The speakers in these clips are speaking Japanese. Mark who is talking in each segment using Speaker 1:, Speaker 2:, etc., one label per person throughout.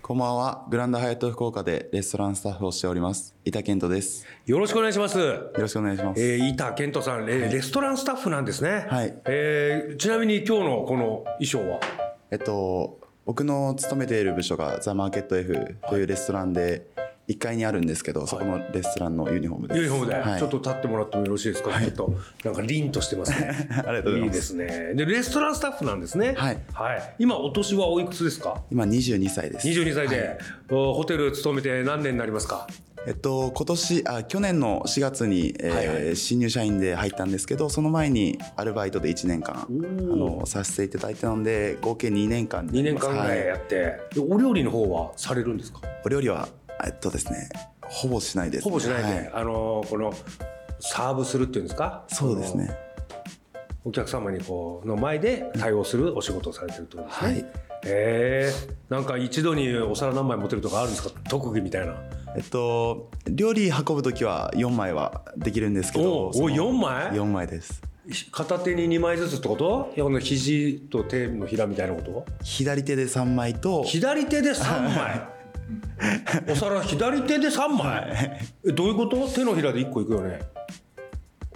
Speaker 1: こんばんは。グランドハイアット福岡でレストランスタッフをしております。板健人です。よ
Speaker 2: よろしくお願いします
Speaker 1: ろしくお願いします。
Speaker 2: えー、板健人さん、えーレストランスタッフなんですね、
Speaker 1: はい
Speaker 2: えーちなみに今日のこの衣装は
Speaker 1: えっと、僕の勤めている部署がザ・マーケット F というレストランで1階にあるんですけど、そこのレストランのユニフォームです。
Speaker 2: ユニフォームで、
Speaker 1: はい
Speaker 2: ちょっと立ってもらってもよろしいですか、ちょっとなんか凛としてますね
Speaker 1: ありがとうございます
Speaker 2: ですねでレストランスタッフなんですね
Speaker 1: はい
Speaker 2: 今お年はおいくつですか
Speaker 1: 今22歳です。
Speaker 2: 22歳で、
Speaker 1: はい
Speaker 2: おホテル勤めて何年になりますか
Speaker 1: えっと、今年、あ、去年の4月に、えー
Speaker 2: はいは
Speaker 1: 新入社員で入ったんですけど、その前にアルバイトで1年間、あの、させていただいてたので、合計2年間に
Speaker 2: 2
Speaker 1: な
Speaker 2: 年
Speaker 1: ります
Speaker 2: 間ぐらい
Speaker 1: はい
Speaker 2: やって、でお料理の方はされるんですか
Speaker 1: お料理は、えっとですね、ほぼしないです、
Speaker 2: ほぼしないで、
Speaker 1: はい
Speaker 2: あのーこのサーブするっていうんですか
Speaker 1: そうですね。
Speaker 2: お客様にこうの前で対応するお仕事をされてるってことですね、
Speaker 1: はい。
Speaker 2: へえなんか一度にお皿何枚持てるとかあるんですか特技みたいな
Speaker 1: えっと、料理運ぶときは4枚はできるんですけど
Speaker 2: おう
Speaker 1: その
Speaker 2: おう四枚
Speaker 1: 4枚です
Speaker 2: 片手に2枚ずつってこといやこの肘と手のひらみたいなこと
Speaker 1: 左手で3枚と
Speaker 2: 左手で3枚お皿左手で3枚えどういうこと手のひらで1個いくよね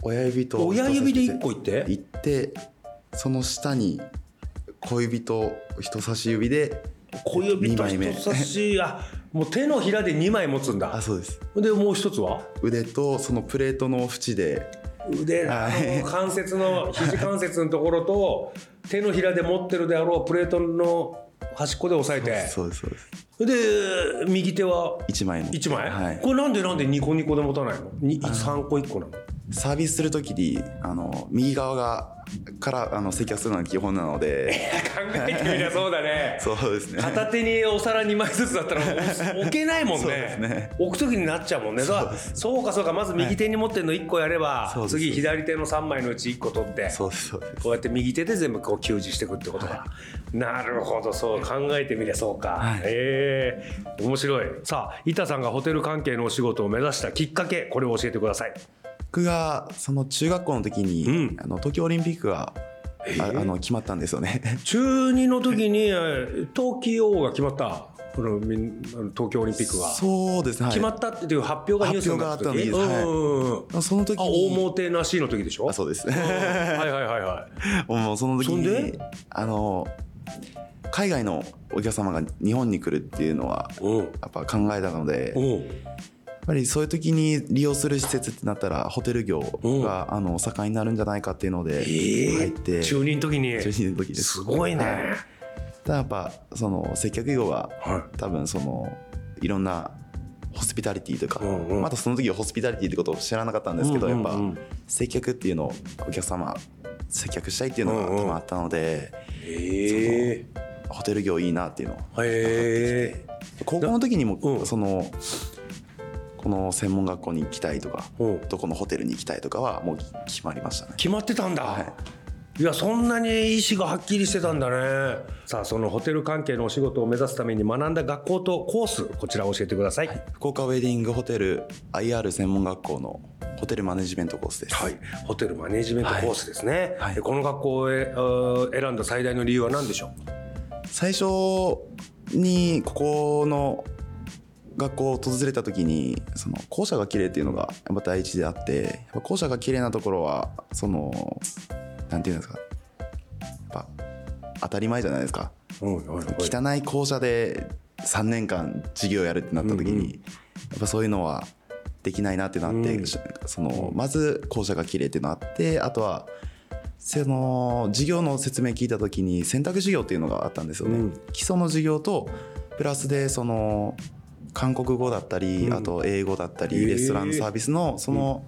Speaker 1: 親指と
Speaker 2: 親指で1個いって
Speaker 1: いってその下に小指と人差し指で
Speaker 2: 小指と
Speaker 1: 二枚目
Speaker 2: 人差し指あもう手のひらで2枚持つん
Speaker 1: あ
Speaker 2: だ
Speaker 1: そうです
Speaker 2: でもう一つは
Speaker 1: 腕とそのプレートの縁で
Speaker 2: 腕の
Speaker 1: はい
Speaker 2: 関節の肘関節のところと手のひらで持ってるであろうプレートの端っこで押さえ
Speaker 1: そうですそうです
Speaker 2: てで右手は
Speaker 1: 1枚の
Speaker 2: 1枚、
Speaker 1: はい
Speaker 2: これなんでなんで2個2個で持たないのに3個1個な の
Speaker 1: サービスするときにあの右側がからあの接客するのが基本なので
Speaker 2: 考えてみりゃそうだね
Speaker 1: そうですね
Speaker 2: 片手にお皿2枚ずつだ ったら置けないもんね
Speaker 1: そうですね
Speaker 2: 置く時になっちゃうもんねそうそうかそうかまず右手に持ってるの1個やれば、
Speaker 1: そうです
Speaker 2: 次左手の3枚のうち1個取って
Speaker 1: そうですそうです
Speaker 2: こうやって右手で全部こう給仕していくってことか、なるほどそう考えてみりゃそうか、
Speaker 1: はい
Speaker 2: ええ面白いさあ板さんがホテル関係のお仕事を目指したきっかけこれを教えてください
Speaker 1: 僕がその中学校の時に、
Speaker 2: うん
Speaker 1: あの東京オリンピックが、ああの決まったんですよね
Speaker 2: 中2の時にえー冬季王が決まったこのみんあの東京オリンピックが、
Speaker 1: そうですね、はい
Speaker 2: 決まったっていう発表がニュースになった時
Speaker 1: 発表があったの
Speaker 2: うんうんうん
Speaker 1: その時
Speaker 2: あ
Speaker 1: に
Speaker 2: 大もてなしの時でしょ
Speaker 1: あそうです
Speaker 2: うんはいはいはいはい
Speaker 1: もうその時
Speaker 2: そん
Speaker 1: に
Speaker 2: で
Speaker 1: あの海外のお客様が日本に来るっていうのは
Speaker 2: うん
Speaker 1: やっぱ考えたのでやっ
Speaker 2: うん
Speaker 1: ぱりそういう時に利用する施設ってなったらホテル業
Speaker 2: うん
Speaker 1: が、あの盛んになるんじゃないかっていうので入
Speaker 2: え
Speaker 1: って、
Speaker 2: え中2の時に
Speaker 1: 中心の時です
Speaker 2: すごいね、
Speaker 1: はただやっぱその接客業は
Speaker 2: は
Speaker 1: 多分そのいろんなホスピタリティとか、
Speaker 2: うんうん
Speaker 1: またその時はホスピタリティってことを知らなかったん
Speaker 2: い
Speaker 1: ですけど、
Speaker 2: うんうんう
Speaker 1: やっ
Speaker 2: ん
Speaker 1: ぱ接客っていうのをお客様接客したいっていうのが
Speaker 2: うんうん
Speaker 1: 多分あったので、
Speaker 2: ええ
Speaker 1: ホテル業いいなっていうのを
Speaker 2: へえ
Speaker 1: 高校の時にも、
Speaker 2: うん
Speaker 1: そのこの専門学校に行きたいとか
Speaker 2: うん
Speaker 1: どこのホテルに行きたいとかはもう決まりましたね。
Speaker 2: 決まってたんだ、、
Speaker 1: はい
Speaker 2: やそんなに意思がはっきりしてたんだねさあそのホテル関係のお仕事を目指すために学んだ学校とコースこちら教えてください、
Speaker 1: 福岡ウェディングホテル IR 専門学校のホテルマネジメントコースです。
Speaker 2: はい、ホテルマネジメントコースですね、
Speaker 1: はい
Speaker 2: でこの学校をえあー選んだ最大の理由は何でしょ
Speaker 1: 最初にここの学校を訪れた時にその校舎が綺麗っていうのがやっぱ第一であってやっぱ校舎が綺麗なところはそのなんていうんですかやっぱ当たり前じゃないですか
Speaker 2: う、うんはいはい
Speaker 1: 汚い校舎で3年間授業やるってなった時に、
Speaker 3: うんうん
Speaker 1: やっぱそういうのはできないなってなって、
Speaker 3: うん
Speaker 1: そのまず校舎が綺麗っていうのあってあとはその授業の説明聞いた時に選択授業っていうのがあったんですよね。
Speaker 3: うん
Speaker 1: 基礎の授業とプラスでその韓国語だったり、
Speaker 3: うん
Speaker 1: あと英語だった
Speaker 3: へ
Speaker 1: り
Speaker 3: ー
Speaker 1: レストランのサービスのその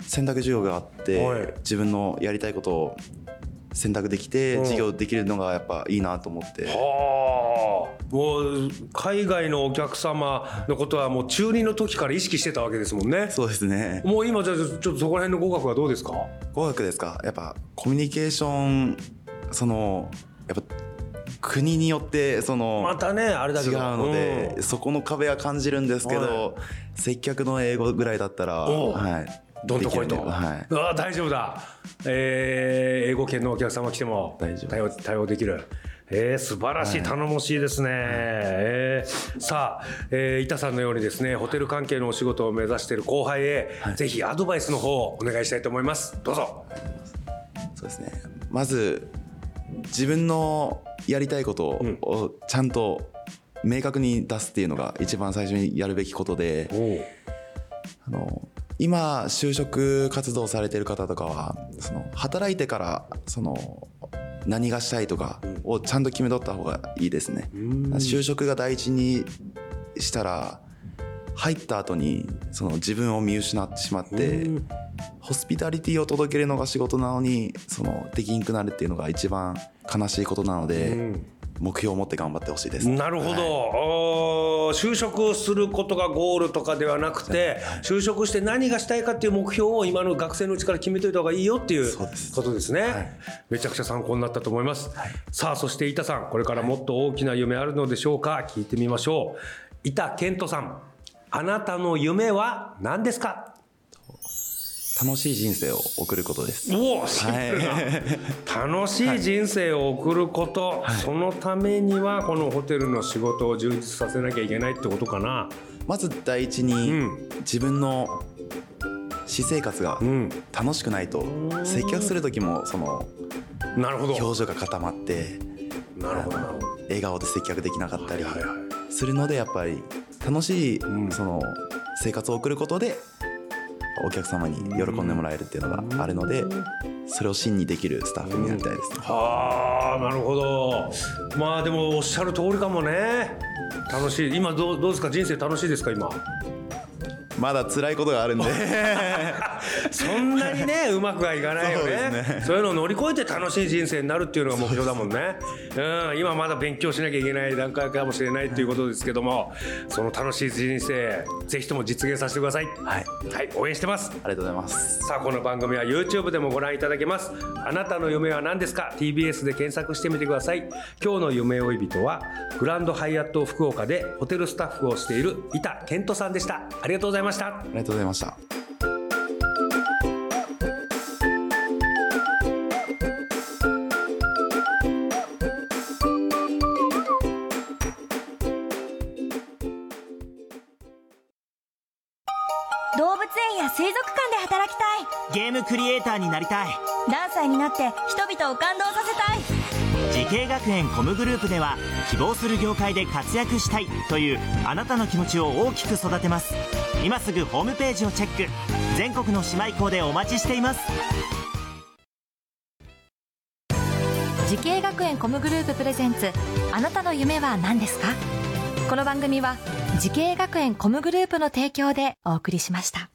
Speaker 1: 選択授業があって、
Speaker 3: はい
Speaker 1: 自分のやりたいことを選択できて
Speaker 3: うん
Speaker 1: 授業できるのがやっぱいいなと思って、
Speaker 2: はあもう海外のお客様のことはもう中二の時から意識してたわけですもんね
Speaker 1: そうですね
Speaker 2: もう今じゃあちょっとそこら辺の語学はどうですか
Speaker 1: 語学ですかやっぱコミュニケーションそのやっぱ国によってその、
Speaker 2: またねあれだけ
Speaker 1: 違う
Speaker 2: ど
Speaker 1: ので、
Speaker 2: うん
Speaker 1: そこの壁は感じるんですけど、接客の英語ぐらいだったら、
Speaker 2: おう
Speaker 1: はい、
Speaker 2: どんとこいと、
Speaker 1: できるではい、
Speaker 2: ああ大丈夫だ、えー英語圏のお客様来ても
Speaker 1: 大丈夫
Speaker 2: 対応対応できるえー素晴らしい、
Speaker 1: はい
Speaker 2: 頼もしいですね、えーさあ、えー板さんのようにですねホテル関係のお仕事を目指している後輩へ、ぜひアドバイスの方をお願いしたいと思いますどうぞ
Speaker 1: そうですねまず自分のやりたいこと
Speaker 2: うん
Speaker 1: をちゃんと明確に出すっていうのが一番最初にやるべきことで、あの今就職活動されてる方とかはその働いてからその何がしたいとかをちゃんと決めとった方がいいですね。就職が第一にしたら入った後にその自分を見失ってしまってホスピタリティを届けるのが仕事なのにそのできんくなるっていうのが一番悲しいことなので目標を持って頑張ってほしいです。
Speaker 2: なるほど、あー就職することがゴールとかではなくて、就職して何がしたいかっていう目標を今の学生のうちから決めといた方がいいよっていう
Speaker 1: そうです
Speaker 2: ことですね、めちゃくちゃ参考になったと思います、さあそして板さんこれからもっと大きな夢あるのでしょうか聞いてみましょう板健人さんあなたの夢は何ですか
Speaker 1: 楽しい人生を送るこ とです。
Speaker 2: おおシンプルな、楽しい人生を送ること、そのためにはこのホテルの仕事を充実させなきゃいけないってことかな
Speaker 1: まず第一に、
Speaker 2: うん
Speaker 1: 自分の私生活が
Speaker 2: うん
Speaker 1: 楽しくないと、接客する時もその
Speaker 2: なるほど
Speaker 1: 表情が固まって
Speaker 2: なるほどなるほど
Speaker 1: 笑顔で接客できなかったり
Speaker 2: はいはい
Speaker 1: するのでやっぱり楽しい、その生活を送ることでお客様に喜んでもらえるっていうのがあるのでそれを真にできるスタッフになりたいですね。
Speaker 2: はあなるほどまあでもおっしゃる通りかもね楽しい今どうどうですか人生楽しいですか今
Speaker 1: まだ辛いことがあるん で
Speaker 2: そんなに ねうまくはいかないよ
Speaker 1: そう
Speaker 2: ね
Speaker 1: で
Speaker 2: そう
Speaker 1: すね
Speaker 2: いうのを乗り越えて楽しい人生になるっていうのが目標だもんねうん今まだ勉強しなきゃいけない段階かもしれないっていうことですけどもその楽しい人生ぜひとも実現させてください
Speaker 1: はい
Speaker 2: はい応援してます
Speaker 1: ありがとうございます。
Speaker 2: さあこの番組は YouTube でもご覧いただけますあなたの夢は何ですか TBS で検索してみてください今日の夢追い人はグランドハイアット福岡でホテルスタッフをしている板健人さんでしたありがとうございました
Speaker 1: ありがとうございました。
Speaker 4: 動物園や水族館で働きたい
Speaker 5: ゲームクリエイターになりたい
Speaker 4: 何歳になって人々を感動させたい
Speaker 5: 時系学園コムグループでは希望する業界で活躍したいというあなたの気持ちを大きく育てます今すぐホームページをチェック全国の姉妹校でお待ちしています
Speaker 6: 時系学園コムグループプレゼンツあなたの夢は何ですかこの番組は時系学園コムグループの提供でお送りしました